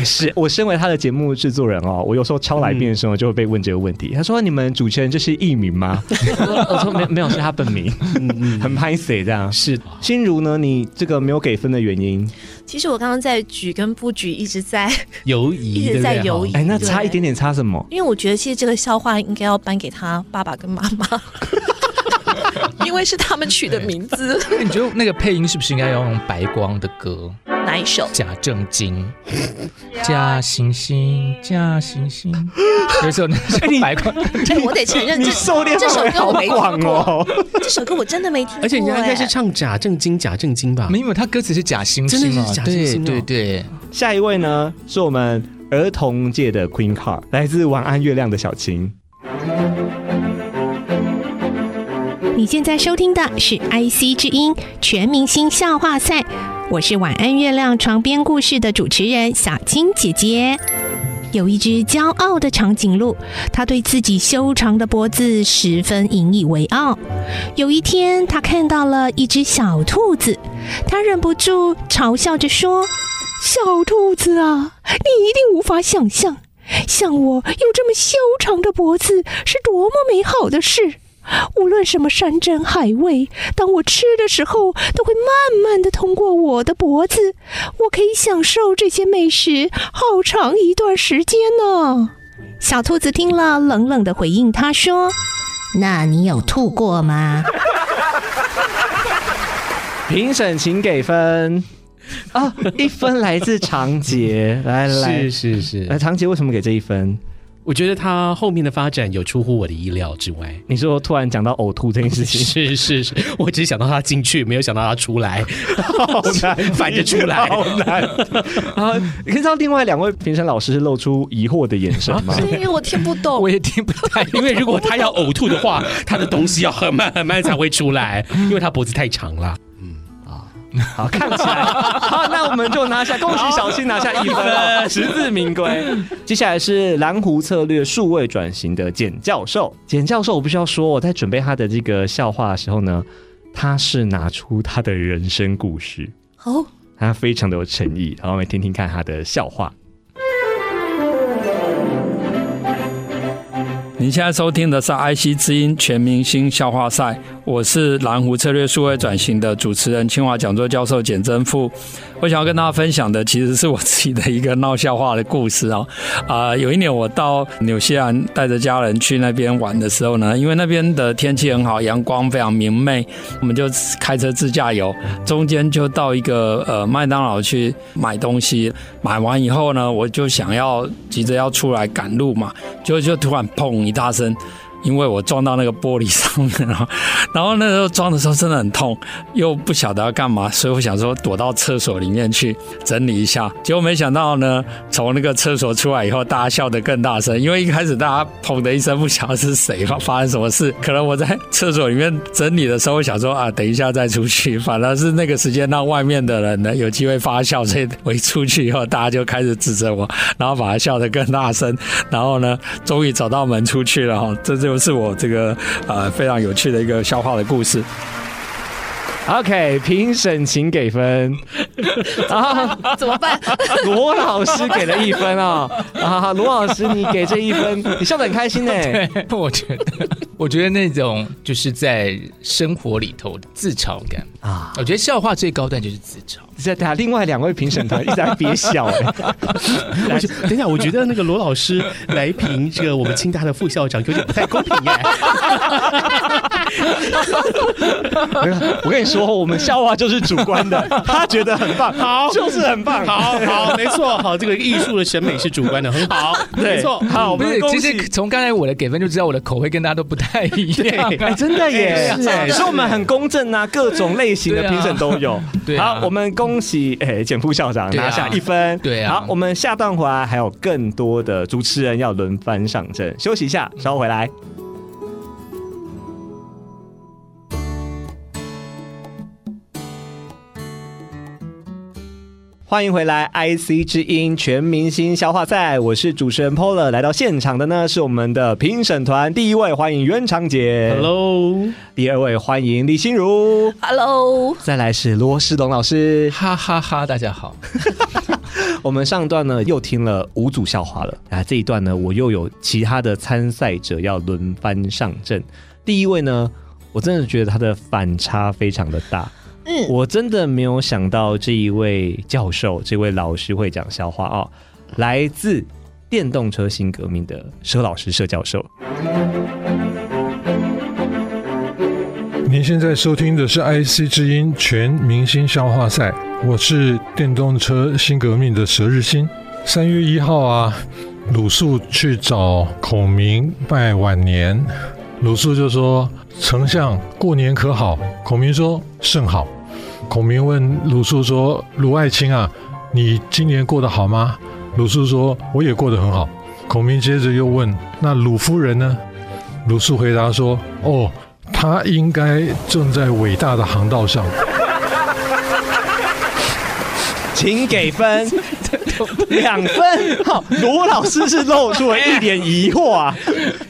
C: 是我身为他的节目制作人哦，我有时候超来宾的时候就会被问这个问题。他说：“你们主持人这是艺名吗？” <laughs> 我说：“没有，没有，是他本 <laughs> 名。嗯”嗯很拍死这样。
B: 是
C: 心如呢？你这个没有给分的原因？
E: 其实我刚刚在举跟不举一直在
B: 犹疑，
E: 一直在犹疑。
C: 哎，那差一点点差什么？
E: 因为我觉得其实这个笑话应该要颁给他爸爸跟妈妈。 <laughs> 因为是他们取的名字。
F: 那哎你觉得那个配音是不是应该要用白光的歌？
E: 哪一首？
F: 假正
C: <laughs>
F: 经，假惺惺，假惺
C: <laughs>
F: 惺。有一首那首白光，
E: 哎，我得承
B: <laughs>
E: 认，这
C: 首
E: 这首歌我没听
C: 过，
F: 哦
E: 这首歌我真的没听过。
B: 哦
E: 哎
B: 而且人家应该是唱假正经，假正经吧？
F: 没有，他歌词是假惺
B: 真的是假惺惺。
F: 对对对。
C: 下一位呢，是我们儿童界的 Queen Card，来自晚安月亮的小晴。
N: 你现在收听的是《IC 之音全明星笑话赛》，我是晚安月亮床边故事的主持人小青姐姐。有一只骄傲的长颈鹿，它对自己修长的脖子十分引以为傲。有一天，它看到了一只小兔子，它忍不住嘲笑着说：“小兔子啊，你一定无法想象，像我有这么修长的脖子是多么美好的事。”无论什么山珍海味，当我吃的时候，都会慢慢的通过我的脖子，我可以享受这些美食好长一段时间呢。小兔子听了，冷冷的回应他说：“那你有吐 <laughs> 过吗？”
C: 评审请给分。啊，一分来自长杰， <laughs> 来来
B: 是是是，
C: 来长杰为什么给这一分？
B: 我觉得他后面的发展有出乎我的意料之外。
C: 你说突然讲到呕吐这件事情，
B: 是是是，我只想到他进去，没有想到他
E: <laughs>
B: 出来，
C: 好难
B: 反着出来，
C: 好难
B: <laughs>
C: 啊！你看到另外两位评审老师是露出疑惑的眼神吗？
B: 啊
E: 是因为我听不懂，
F: 我也听不太。
B: 因为如果他要呕吐的话，他的东西要很慢很慢才会出来，
C: <laughs>
B: 因为他脖子太长了。
C: 好，看起来，好，那我们就拿下，恭喜小新拿下一分，实至名归。接下来是蓝湖策略数位转型的简教授，简教授，我必须要说，我在准备他的这个笑话的时候呢，他是拿出他的人生故事，
E: 哦，
C: 他非常的有诚意，然后我们听听看他的笑 <laughs> 话。
O: 您现在收听的是《IC 之音全明星笑话赛》，我是蓝湖策略数位转型的主持人、清华讲座教授简真富。我想要跟大家分享的，其实是我自己的一个闹笑话的故事哦。 <laughs> 啊、有一年我到纽西兰带着家人去那边玩的时候呢，因为那边的天气很好，阳光非常明媚，我们就开车自驾游，中间就到一个呃麦当劳去买东西。买完以后呢，我就想要急着要出来赶路嘛，就就突然砰一大声，因为我撞到那个玻璃上面了。然后那时候撞的时候真的很痛，又不晓得要干嘛，所以我想说躲到厕所里面去整理一下。结果没想到呢，从那个厕所出来以后，大家笑得更大声，因为一开始大家砰的一声不晓得是谁发发生什么事，可能我在厕所里面整理的时候，我想说啊，等一下再出去，反而是那个时间让外面的人呢有机会发笑，所以我一出去以后，大家就开始指责我，然后把他笑得更大声，然后呢，终于找到门出去了哈，这就是我这个呃非常有趣的一个笑话的故事。
C: OK，评审请给分。啊，
E: 怎么办？
C: 罗老师给了一分啊、啊，罗老师你给这
F: <laughs>
C: 一分，你笑得很开心呢、
F: 对，我觉得， <laughs> 我觉得那种就是在生活里头的自嘲感啊，我觉得笑话最高段就是自嘲。
C: 在打啊另外两位评审团一直在憋笑哎、
B: <laughs> 我觉等一下，我觉得那个罗老师来评这个我们清大的副校长有点不太公平耶。
C: 没有我跟你说，我们笑话就是主
B: <laughs>
C: 观的，他觉得很棒，
B: 好
C: 就是很棒，
B: 好好，没错，好，这个艺术的审美是主观的，很好，
C: 对
B: 没
F: <laughs>
B: 错，嗯
C: 好我
F: 不
C: 们
F: 是，
C: 恭
F: 其
C: 喜
F: 实从刚才我的给分就知道我的口味跟大家都不太一样。啊
C: <laughs> 哎，真的耶，
F: 是哎
C: 啊所以我们很公正啊，
F: <laughs>
C: 各种类型的评审都有。
F: 对啊
C: 好，我们恭喜哎简副校长
F: 对啊
C: 拿下一分。
F: 对啊
C: 好，我们下段回来还有更多的主持人要轮番上阵，休息一下，稍后回来。欢迎回来，IC 之音全明星消化赛，我是主持人 Pola，来到现场的呢是我们的评审团，第一位欢迎袁长杰
B: Hello，
C: 第二位欢迎李心如，
E: Hello，
C: 再来是罗世龙老师。
F: 哈哈哈，大家好。
C: 我们上段呢又听了五组笑话了，啊，这一段呢我又有其他的参赛者要轮番上阵。第一位呢，我真的觉得他的反差非常的大。
E: 嗯，
C: 我真的没有想到这一位教授，这位老师会讲笑话哦，来自电动车新革命的佘老师，佘教授。
P: 您现在收听的是 IC 之音全明星消化赛，我是电动车新革命的佘日新。三月一号啊，鲁肃去找孔明拜晚年，鲁肃就说：“丞相过年可好？”孔明说：“甚好。”孔明问鲁肃说：“鲁爱卿啊，你今年过得好吗？”鲁肃说：“我也过得很好。”孔明接着又问：“那鲁夫人呢？”鲁肃回答说：“哦，她应该正在伟大的航道上。”
C: 请给分两分。 <laughs> 好，罗老师是露出了一脸疑
B: <laughs>
C: 惑啊，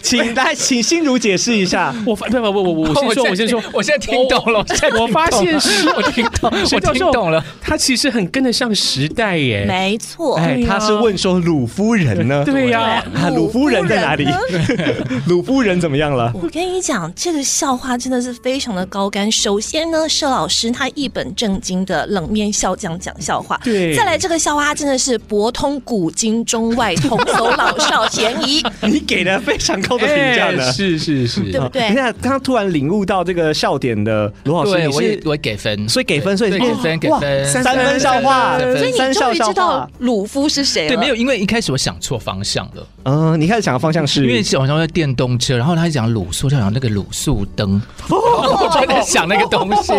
C: 请来，请心如解释一下。
B: 我发不不不我我先说，我先说，
F: 我现在听懂了，我现在听懂了
B: 我发现是，
F: <laughs> 我听懂，
B: <laughs> 沈
F: 我
B: 教授
F: 听懂了。
B: 他其实很跟得上时代耶。
E: 没错，
C: 哎，他是问说鲁夫人呢？
B: 对呀
C: 啊，鲁夫人在哪里？ <laughs> 鲁夫人怎么样了？
E: 我跟你讲，这个笑话真的是非常的高干。首先呢，佘老师他一本正经的冷面笑匠讲笑话，
C: 对
E: 再来这个笑话，他真的的是博通古今中外，通搜老少咸
B: <laughs>
E: 宜。
C: 你给的非常高的评价呢，啊
B: 哎是是是，
E: 对不对
C: 等一下，刚刚突然领悟到这个笑点的罗老师，
F: 对
C: 哦你
F: 我
C: 是
F: 也我也给分，
C: 所以给分，所以哦
F: 对给分给
C: 哇
F: 分
C: 三
F: 三
C: 分
F: 分
C: 笑话，
F: 三分
E: 所以
C: 三
E: 你
C: 笑
E: 终于
C: 笑
E: 知
C: 话
E: 道。鲁夫是谁了。
F: 对，没有，因为一开始我想错方向了，
C: 嗯，你开始想的方向是，
F: 因为想要电动车，然后他讲卤素，他讲那个卤素灯，
B: <laughs>
F: 我就在想那个东西，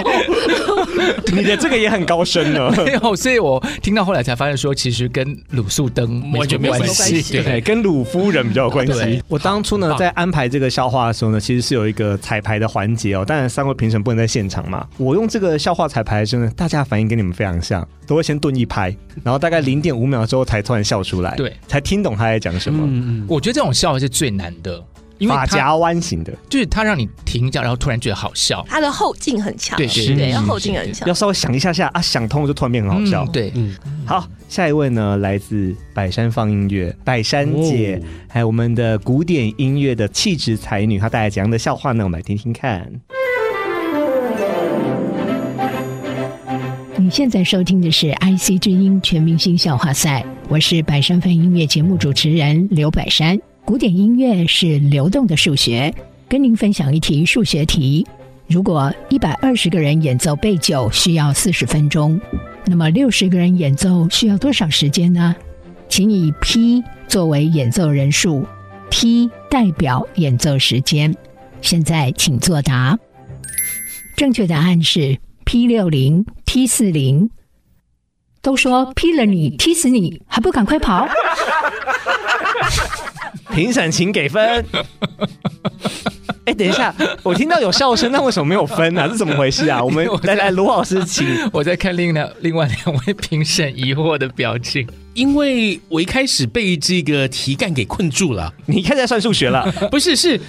C: <laughs> 你的这个也很高深呢。
F: <laughs> 没有，所以我听到后来才发现说，其实跟卤素灯
B: 完全没有
F: 关
B: 关系
F: 对
C: 对，哎跟鲁夫人比较有关系
F: 对。
C: 我当初呢
F: 棒
C: 在安排这个笑话的时候呢，其实是有一个彩排的环节哦。当然，三位评审不能在现场嘛。我用这个笑话彩排的时候呢，大家反应跟你们非常像，都会先顿一拍，然后大概零点五秒之后才突然笑出来，
F: 对，嗯
C: 才听懂他在讲什么。
F: 我觉得这种笑话是最难的，因为
C: 马
F: 它
C: 甲弯型的，
F: 就是他让你停一下，然后突然觉得好笑，
E: 他的后劲很强，啊
F: 对是
C: 嗯
E: 对，
F: 是
E: 他后劲很强
C: 要。稍微想一下下啊，想通了就突然变很好笑。
F: 嗯对，
C: 好，下一位呢，来自百山放音乐，百山
F: 哦
C: 姐，还有我们的古典音乐的气质才女，她带来怎样的笑话呢？我们来听听看。
Q: 你现在收听的是 IC 之音全明星笑话赛，我是百山分音乐节目主持人刘百山。古典音乐是流动的数学，跟您分享一题数学题：如果一百二十个人演奏背九需要四十分钟，那么六十个人演奏需要多少时间呢？请以 P 作为演奏人数，T 代表演奏时间。现在请作答。正确答案是 P 六零 T 四零。都说劈了你，踢死你，还不赶快跑？
C: 评审请给
F: <laughs>
C: 分。哎，等一下，我听到有笑声，那为什么没有分呢、啊？是怎么回事
F: <laughs>
C: 啊？我们来来，卢老师，请。
F: 我在看另两另外两位评审疑惑的表情。
B: 因为我一开始被这个呃题干给困住了。
C: 你开始在算数学了？
B: <laughs> 不是，是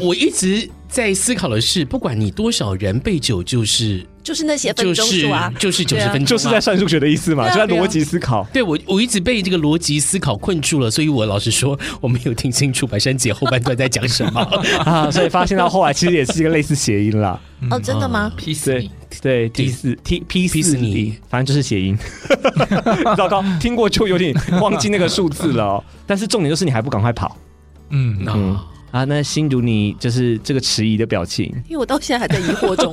B: 我一直在思考的是，不管你多少人背九，就是
E: 就是那些分钟数啊，
B: 就是就是
E: 对啊
B: 90分钟
C: 就是在算数学的意思嘛，
E: 对啊
C: 就在
E: 对啊
C: 逻辑思考。
B: 对我我一直被这个逻辑思考困住了，所以我老实说，我没有听清楚白山姐后半段在讲什么
C: <laughs> 啊，所以发现到后来其实也是一个类似谐音啦。
E: 哦，真的
B: 啊
E: 吗？
F: 劈
C: 死你！对，T 四 T P 四你，反正就是
B: <laughs>
C: 谐音。 <laughs> 糟糕，听过就有点忘记那个数字了、哦。但是重点就是你还不赶快跑。
F: 嗯
C: 嗯啊，那心如你就是这个迟疑的表情。
E: 因为我到现在还在疑惑中。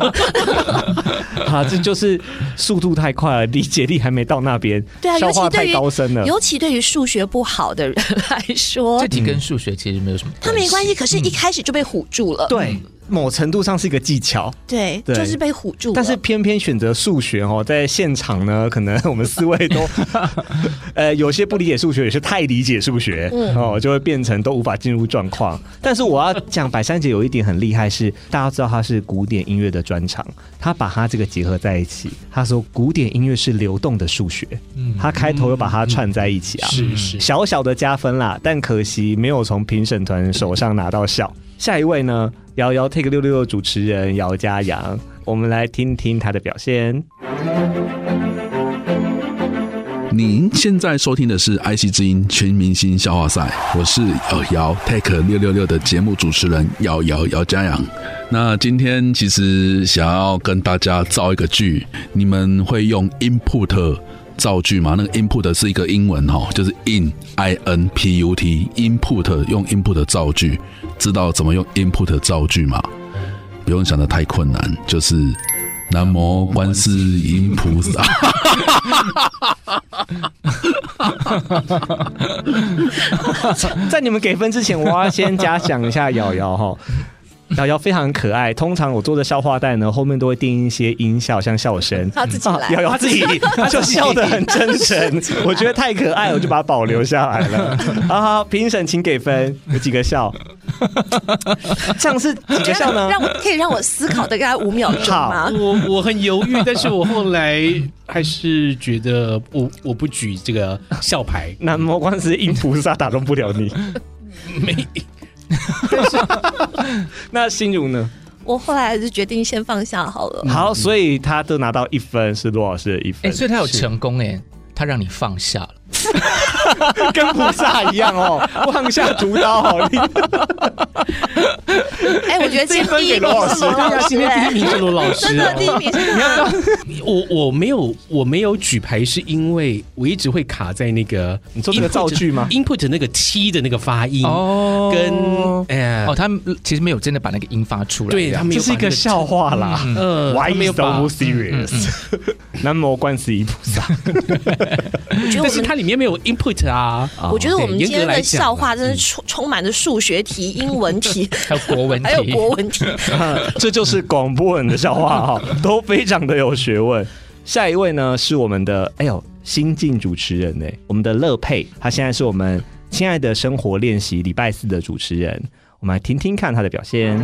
C: <laughs> 啊，这就是速度太快了，理解力还没到那边，
E: 对啊，
C: 消
E: 尤
C: 化
E: 其
C: 太
E: 对于
C: 高深了。
E: 尤其对于数学不好的人来说，
F: 这题跟数学其实没有什么
E: 他没关系，可是一开始就被唬住了。
C: 对，某程度上是一个技巧。
E: 呃嗯对，呃
C: 对
E: 就是被唬
B: <laughs>
E: 住了。
C: 但是偏偏选择数学哦，在现场呢，可能我们四位
E: <laughs>
C: 都，呃，有些不理解数学，有些太理解数学，
E: 嗯
C: 哦，就会变成都无法进入状况。但是我要讲百山姐有一点很厉害是，大家知道她是古典音乐的专长，她把她这个结合在一起。她说古典音乐是流动的数学，
B: 嗯
C: 她开头又把它串在一起啊，
B: 是是
C: 小小的加分啦，但可惜没有从评审团手上拿到笑。下一位呢，瑶瑶 Take 六六六主持人姚嘉阳，我们来听听他的表现。
R: 您现在收听的是《IC 之音全明星笑话赛》，我是呃姚 Take 六六六的节目主持人姚姚姚嘉阳。那今天其实想要跟大家造一个句，你们会用 input 造句吗？那个 input 是一个英文哦，就是 in i n p u t input 用 input 造句，知道怎么用 input 造句吗？不用想的太困难，就是南无观世音菩萨。
C: <laughs> 在你们给分之前，我要先假想一下瑶瑶哈。瑶瑶非常可爱，通常我做的笑话带呢，后面都会定一些音效，像笑声。
E: 他自己来，
C: 啊瑶瑶她
B: <laughs>
C: 自己她就笑得很真诚，我觉得太可爱，我就把它保留下来了。好好，评审请给分，有几个笑？这样是几个笑呢？
E: 让我可以让我思考大概五秒钟吗？
B: 我我很犹豫，但是我后来还是觉得我我不举这个校牌，
C: 南无观世音菩萨打动不了你。
B: 没，
C: <laughs> 那心如呢？
E: 我后来还是决定先放下好了。
C: 好，所以他都拿到一分，是罗老师的一分。
F: 哎，所以他有
C: 是
F: 成功哎，他让你放下了。
C: 跟菩萨一样哦，放下屠刀哦。你
E: 哎、我觉得
A: 这一
E: 前
A: 分
E: 第一
A: 给罗
E: 名
A: 老
E: 是
A: 师
E: 罗老
B: 对啊
E: 师，
B: 今天第一名是罗老师，哦
E: 真的第一名是他。
B: 我我没有我没有举牌，是因为我一直会卡在那个你
C: 说那个造句吗
B: ？input 那个 t 的那个发音
D: 哦
B: 跟哎
D: 哦，他们其实没有真的把那个音发出来，
B: 对
D: 样
B: 他没有把那个
C: 话啦
B: 嗯呃
C: ，Why
B: 他没有
C: so
B: 把
D: 嗯
C: serious？南无观世音菩萨。
E: 觉得我们
B: 但是它里面没有 input 啊。
E: 我觉得我们
B: 对
E: 今
B: 严格
E: 天
B: 来
E: 的
B: 讲啊
E: 笑话真是充充满着数学题、英文
B: <laughs>
E: 题，
D: 还有国文
E: 还有国文题。
C: <laughs> 这就是广播人的笑话哈、都非常的有学问。下一位呢是我们的哎呦新晋主持人呢、我们的乐佩，他现在是我们亲爱的生活练习礼拜四的主持人，我们来听听看他的表现。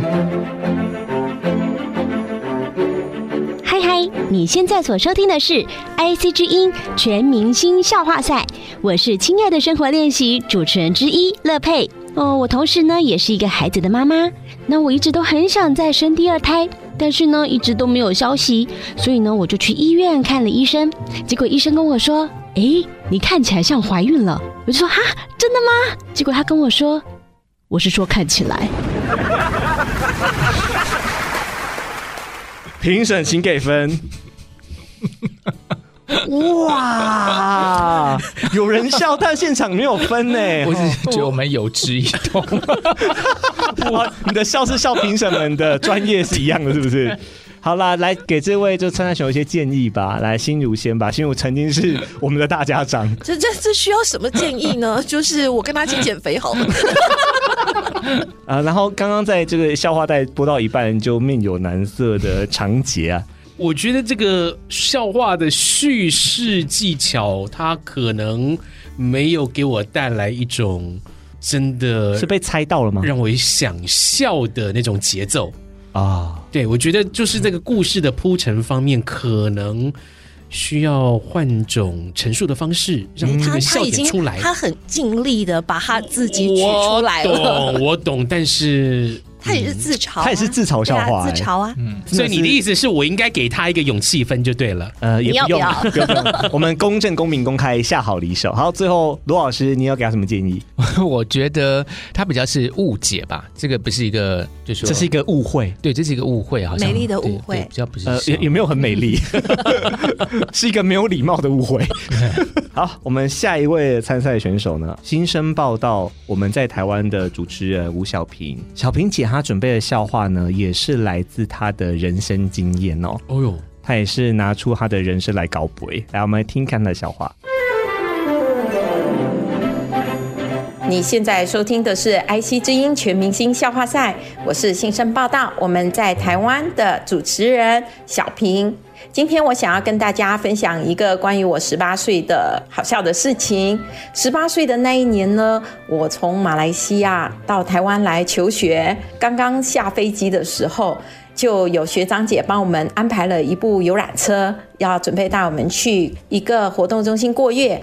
S: 嗨嗨，你现在所收听的是 IC 之音全明星笑话赛，我是亲爱的生活练习主持人之一乐佩。哦，我同时呢也是一个孩子的妈妈。那我一直都很想再生第二胎，但是呢一直都没有消息，所以呢我就去医院看了医生，结果医生跟我说：“诶，你看起来像怀孕了。”我就说：“哈，真的吗？”结果他跟我说：“我是说看起来。”
C: 评审请给分。哇，有人笑，但现场没有分呢。
D: 我只是觉得我们有之一动。
C: <laughs> 哦你的笑是笑评审们的专业是一样的，是不是？好啦，来给这位就参赛选手一些建议吧。来，心如先吧，心如曾经是我们的大家长，
E: 这这这需要什么建议呢？ <laughs> 就是我跟他一起减肥好了。
C: 啊，然后刚刚在这个笑话带播到一半就面有难色的长杰啊，
B: 我觉得这个笑话的叙事技巧，它可能没有给我带来一种真的
C: 是被猜到了吗？
B: 让我想笑的那种节奏
C: 啊。
B: 对，我觉得就是这个故事的铺陈方面，可能需要换种陈述的方式，让这
E: 他
B: 个
E: 他
B: 嗯笑
E: 嗯已经
B: 点出来。
E: 他很尽力的把他自己举出来
B: 哦懂，
E: 了。
B: 我懂，但是
E: 他也是自嘲啊，
B: 他也是自嘲笑话
E: 对啊
B: 哎
E: 自嘲啊。
D: 嗯
B: 所以你的意思是我应该给他一个勇气分就对了。
C: 呃，也
E: 你要
C: 不
E: 不
C: 用 <laughs>
E: 要，
C: 不用不用我们公正、公平、公开，下好
E: <laughs>
C: 离手。好，最后罗老师，你要给他什么建议？
D: <laughs> 我觉得他比较是误解吧，这个不是一个，就是
C: 这是一个误会，
D: 对，这是一个误会，好像
E: 美丽的误会
D: 对对比较不是
C: 呃，也也没有很
D: <laughs>
C: 美丽，是一个没有礼貌的误会。好，我们下一位参赛选手呢，新生报道我们在台湾的主持人吴小平。小平姐她准备的笑话呢，也是来自她的人生经验哦。
E: 哎
B: 哦哟，
C: 她也是拿出她的人生来搞鬼。来，我们来听看她的笑话。
T: 你现在收听的是《IC 之音全明星笑话赛》，我是新生报道，我们在台湾的主持人小平。今天我想要跟大家分享一个关于我十八岁的好笑的事情。十八岁的那一年呢，我从马来西亚到台湾来求学，刚刚下飞机的时候。就有学长姐帮我们安排了一部游览车，要准备带我们去一个活动中心过夜。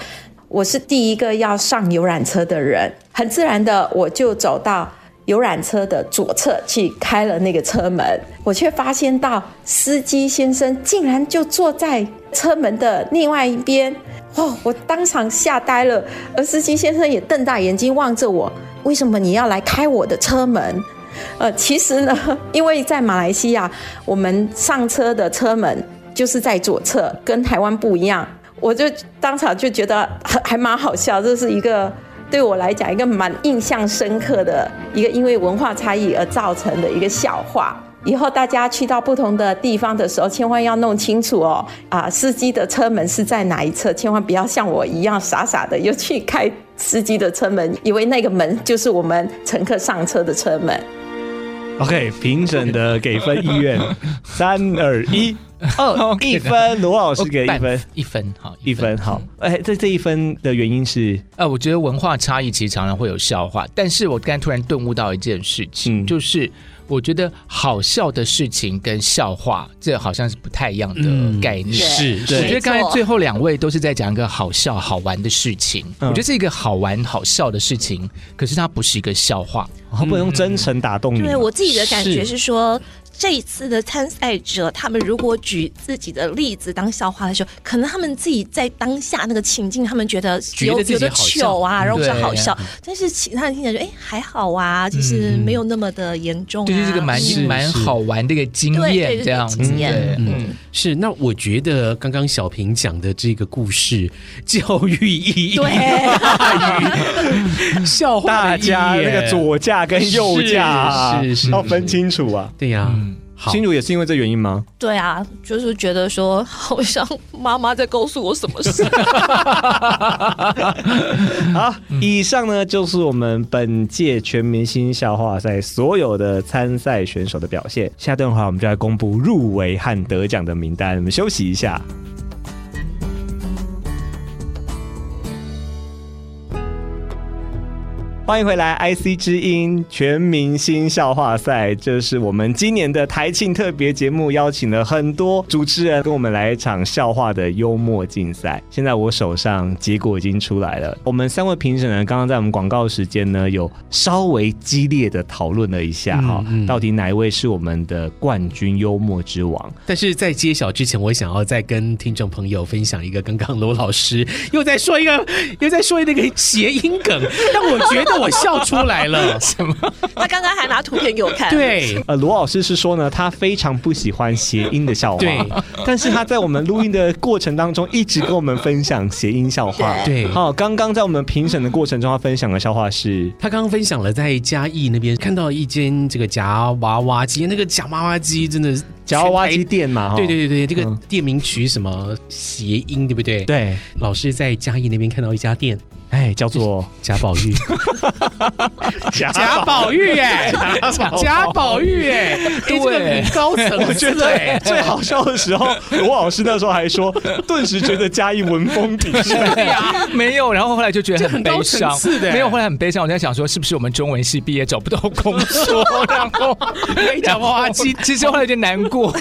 T: 我是第一个要上游览车的人，很自然的我就走到游览车的左侧去开了那个车门，我却发现到司机先生竟然就坐在车门的另外一边，哦，我当场吓呆了，而司机先生也瞪大眼睛望着我，为什么你要来开我的车门？呃，其实呢，因为在马来西亚，我们上车的车门就是在左侧，跟台湾不一样。我就当场就觉得还还蛮好笑，这是一个对我来讲一个蛮印象深刻的一个因为文化差异而造成的一个笑话。以后大家去到不同的地方的时候，千万要弄清楚哦，啊，司机的车门是在哪一侧，千万不要像我一样傻傻的又去开司机的车门，以为那个门就是我们乘客上车的车门。
C: OK，评审的给分意 <laughs> 愿，三二一，哦，一分，罗老师给一分，
D: 一分，嗯好，
C: 一分，好。哎，这这一分的原因是，
D: 呃，我觉得文化差异其实常常会有笑话，但是我刚才突然顿悟到一件事
C: 嗯
D: 情，就是我觉得好笑的事情跟笑话，这好像是不太一样的
B: 嗯
D: 概念。
B: 是对
D: 我觉得
B: 没错
D: 刚才最后两位都是在讲一个好笑好玩的事情，我
C: 嗯
D: 觉得是一个好玩好笑的事情，可是它不是一个笑话，
C: 哦我不能用真诚打动
D: 你
E: 对我自己的感觉是说，这一次的参赛者，他们如果举自己的例子当笑话的时候，可能他们自己在当下那个情境，他们觉得
D: 觉
E: 有
D: 得自己
E: 有的
D: 好笑
E: 糗啊，然后觉得好笑
D: 对，
E: 但是其他人听起来就哎还好啊，其实没有那么的严重、啊，
D: 就是嗯这个蛮
E: 嗯
D: 蛮好玩的一个经
E: 对对
D: 验，
E: 对
D: 这样子
E: 经验
D: 对
E: 嗯
B: 嗯，是。那我觉得刚刚小平讲的这个故事，教育意义对 <laughs> 笑话
C: 大
B: 的意义耶，
C: 家那个左架跟右架啊
B: 是是是
C: 要分清楚啊。
B: 对呀、好
C: 新竹也是因为这原因吗？
E: 对啊，就是觉得说，好像妈妈在告诉我什么
D: <laughs>
E: 事。 <laughs>
C: 好，嗯以上呢就是我们本届全明星笑话赛所有的参赛选手的表现。下段话我们就来公布入围和得奖的名单，我们休息一下。欢迎回来，IC 之音全明星笑话赛，这是我们今年的台庆特别节目，邀请了很多主持人跟我们来一场笑话的幽默竞赛。现在我手上结果已经出来了，我们三位评审呢，刚刚在我们广告时间呢，有稍微激烈的讨论了一下哈、
B: 嗯嗯
C: 到底哪一位是我们的冠军幽默之王？
B: 但是在揭晓之前，我想要再跟听众朋友分享一个，刚刚罗老师又在说一个，又在说那个谐音梗，但我觉得我笑出来了。 <laughs> 什么？
E: 他刚刚还拿图片给我看，
B: 对，
C: 呃，罗老师是说呢，他非常不喜欢谐音的笑话，
B: 对，
C: 但是他在我们录音的过程当中，一直跟我们分享谐音笑话，
B: 对
C: 好、刚刚在我们评审的过程中，他分享的笑话是，
B: 他刚刚分享了在嘉义那边看到一间这个夹娃娃机，那个夹娃娃机真的是
C: 夹娃娃机店嘛哈嗯
B: 对对对对，这个店名取什么谐音，对不对？
C: 对，
B: 老师在嘉义那边看到一家店，
C: 哎，叫做
B: 贾宝
C: <laughs>
B: 玉，
C: 贾
B: 贾宝玉哎
C: 贾，宝
B: 贾宝玉哎，哎这个
C: 对
B: 很高层
C: 我觉
B: 次哎
C: 得最好笑的时候，罗老师那时候还说， <laughs> 顿时觉得嘉义文风鼎盛。
D: 没有，然后后来就觉得很
B: 这很
D: 悲
B: 高
D: 伤
B: 层次的，
D: 没有，后来很悲伤。我在想说，是不是我们中文系毕业找不到工作，然后
B: 被讲哎娃娃机，
D: 其实后来有点难
C: <laughs>
D: 过，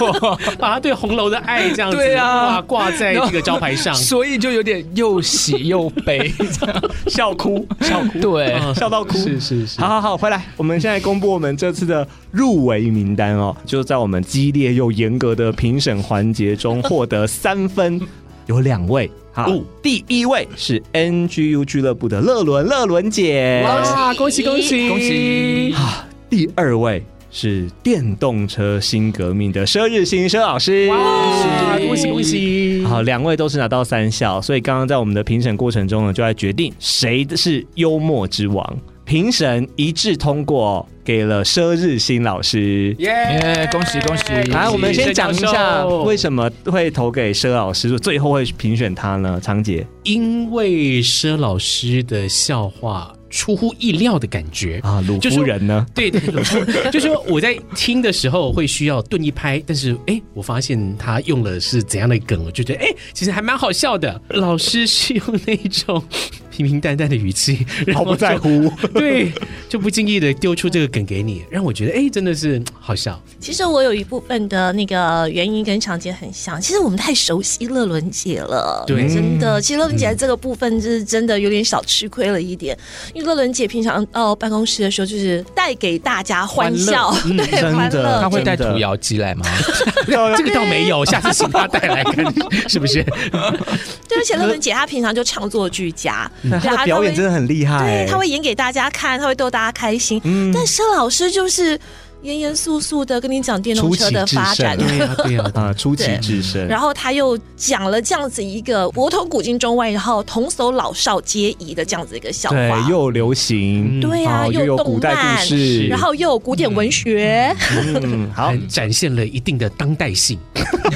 B: 把他对红楼的爱这样子
D: 对啊
B: 挂挂在这个招牌
D: <laughs>
B: 上，
D: 所以就有点又喜又悲，
C: <laughs> 笑哭笑哭，
D: 对，
C: 笑到哭。
B: 嗯是是是，
C: 好好好，回来，我们现在公布我们这次的入围名单哦，就是在我们激烈又严格的评审环节中
B: <laughs>
C: 获得三分，有两位。好，
B: 哦
C: 第一位是 NGU 俱乐部的乐伦乐伦姐，
B: 哇，啊恭喜恭喜啊
D: 恭喜！
C: 第二位是电动车新革命的佘日新佘老师，
E: 哦
B: 哇，恭喜恭喜！
C: 好，两位都是拿到三校，所以刚刚在我们的评审过程中呢，就来决定谁是幽默之王。评审一致通过，给了佘日新老师。
D: 耶，恭喜恭喜！
C: 来，我们先讲一下为
B: 么？
C: 什么会投给佘老师，最后会评选他呢？常姐，
B: 因为佘老师的笑话出乎意料的感觉
C: 啊，鲁
B: 就
C: 夫
B: 是
C: 人呢？
B: 对对，鲁夫
C: <laughs>
B: 就是说我在听的时候会需要顿一拍，但是哎，我发现他用了是怎样的梗，我就觉得哎，其实还蛮好笑的。老师是用那种平平淡淡的语气，然
C: 毫
B: 后
C: 不在
B: 就，
C: 乎。
B: <laughs> 对，就不经意的丢出这个梗给你，让我觉得哎，真的是好笑。
E: 其实我有一部分的那个原因跟常姐很像，其实我们太熟悉乐伦姐了，
B: 对
E: 真
C: 嗯
E: 的，其实乐伦姐在这个部分就是真的有点小吃亏了一点，因为乐伦姐平常到办公室的时候就是带给大家欢笑， <laughs>
D: 欢乐
E: 对，欢
C: 嗯真
E: 乐
C: 的，
D: 他会带
C: 真的
D: 土窑机
C: <laughs>
D: 来吗？
B: 嗯这个倒没有，下次请他带来看，是不是？
E: 对，而且乐伦姐她平常就唱作俱佳，对
C: 嗯
E: 啊
C: 他的表演真的很厉害、
E: 对，
C: 欸，
E: 他会演给大家看，他会逗大家开心。
C: 嗯
E: 但佘老师就是严严肃肃的跟你讲电动
C: 出
E: 车
C: 奇
E: 的
C: 制
E: 发展
C: 胜，，
B: 对呀对呀，
C: 啊，出奇
E: 对
C: 制胜。
E: 然后他又讲了这样子一个博通古今中外，然后童叟老少皆宜的这样子一个笑
C: 对，
E: 话
C: 又。有流行，
E: 对啊，
C: 哦又
E: 又
C: 有古
E: 动
C: 代
E: 漫，
C: 故事，
E: 然后又有古典文学，
C: 嗯，好，
B: 展现了一定的当代性。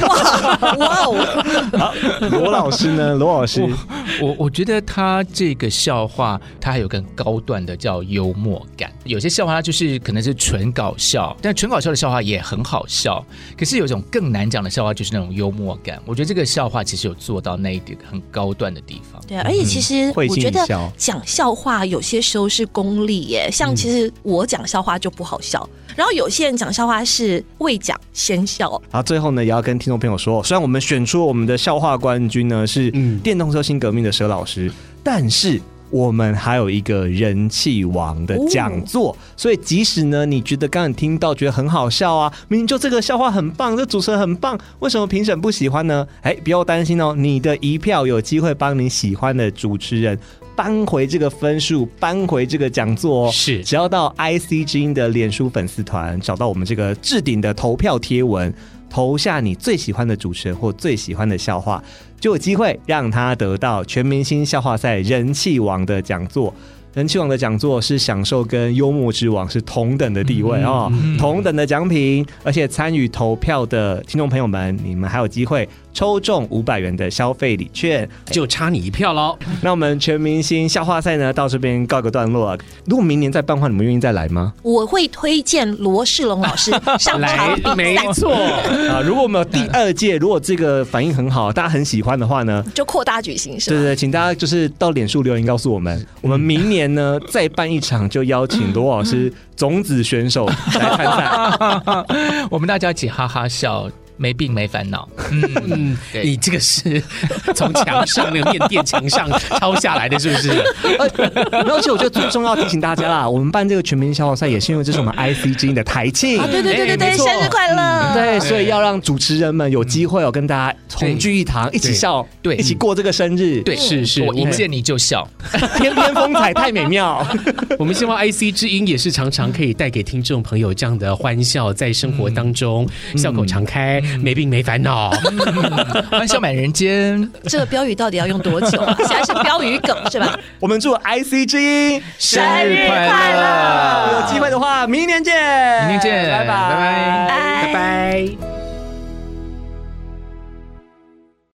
E: 哇哦！
C: 好， <laughs> 罗老师
D: <laughs>
C: 呢？罗老师，
D: 我我觉得他这个笑话，他还有更高段的叫幽默感。有些笑话它就是可能是纯搞笑，但纯搞笑的笑话也很好笑。可是有一种更难讲的笑话，就是那种幽默感。我觉得这个笑话其实有做到那一点很高段的地方。
C: <laughs>
E: 对啊，而且其实
C: 嗯会
E: 我
C: 心
E: 觉
C: 一
E: 得
C: 笑嗯
E: 讲笑话有些时候是功利耶，像其实我讲笑话就不好笑，然后有些人讲笑话是未讲先笑，
C: 然后最后呢，也要跟听众朋友说，虽然我们选出我们的笑话冠军呢是电动车新革命的佘老师，但是我们还有一个人气王的讲座。所以即使呢，你觉得刚刚听到觉得很好笑啊，明明就这个笑话很棒，这主持人很棒，为什么评审不喜欢呢？哎，不要担心哦，你的一票有机会帮你喜欢的主持人。扳回这个分数，扳回这个讲座哦。
B: 是，
C: 只要到 IC 之音的脸书粉丝团找到我们这个置顶的投票贴文，投下你最喜欢的主持人或最喜欢的笑话，就有机会让他得到全明星笑话赛人气王的讲座。人气王的讲座是享受跟幽默之王是同等的地位
B: 嗯
C: 哦，同等的奖品，而且参与投票的听众朋友们，你们还有机会抽中五百元的消费礼券，
B: <laughs> 就差你一票喽。
C: 那我们全明星笑话赛呢，到这边告个段落。如果明年再办的话，你们愿意再来吗？
E: 我会推荐罗世龙老师
C: <laughs>
E: 上场比赛
B: 没错
C: 啊。如果我们有第二届，如果这个反应很好，大家很喜欢的话呢，
E: <laughs> 就扩大举行是啊
C: 吧？对对，请大家就是到脸书留言告诉我们，我们明年。年呢，再办一场就邀请罗老
E: 嗯
C: 师种子
E: <laughs>
C: 选手来参
D: 赛，我们大家一起哈哈笑，没病没烦恼。
C: <laughs>
B: 嗯，你这个是从墙上那个面店墙上抄下来的，是不是？
C: 而且我觉得最重要提醒大家啦，我们办这个全民小火赛也是因为这是我们 IC 之音的台庆，嗯
E: 啊、对对对对对，生日快乐！
C: 对，所以要让主持人们有机会哦，跟大家同聚一堂，一起笑，
D: 对，
C: 一起过这个生日。嗯
D: 对，是是，我一见你就
B: <laughs>
D: 笑，
C: 天天风采太美妙。
B: 我们希望 IC 之音也是常常可以带给听众朋友这样的欢笑，在生活当中
D: 嗯
B: 笑口常开，没病没烦恼。哦，
D: 欢笑满人间，
E: 这个标语到底要用多久
C: <laughs>
E: 啊？显然是标语梗是吧？
C: 我们祝 IC 之音
E: 生日快乐！
C: 有机会的话，明年见，
D: 明年见，
C: 拜
D: 拜，
E: 拜
B: 拜拜。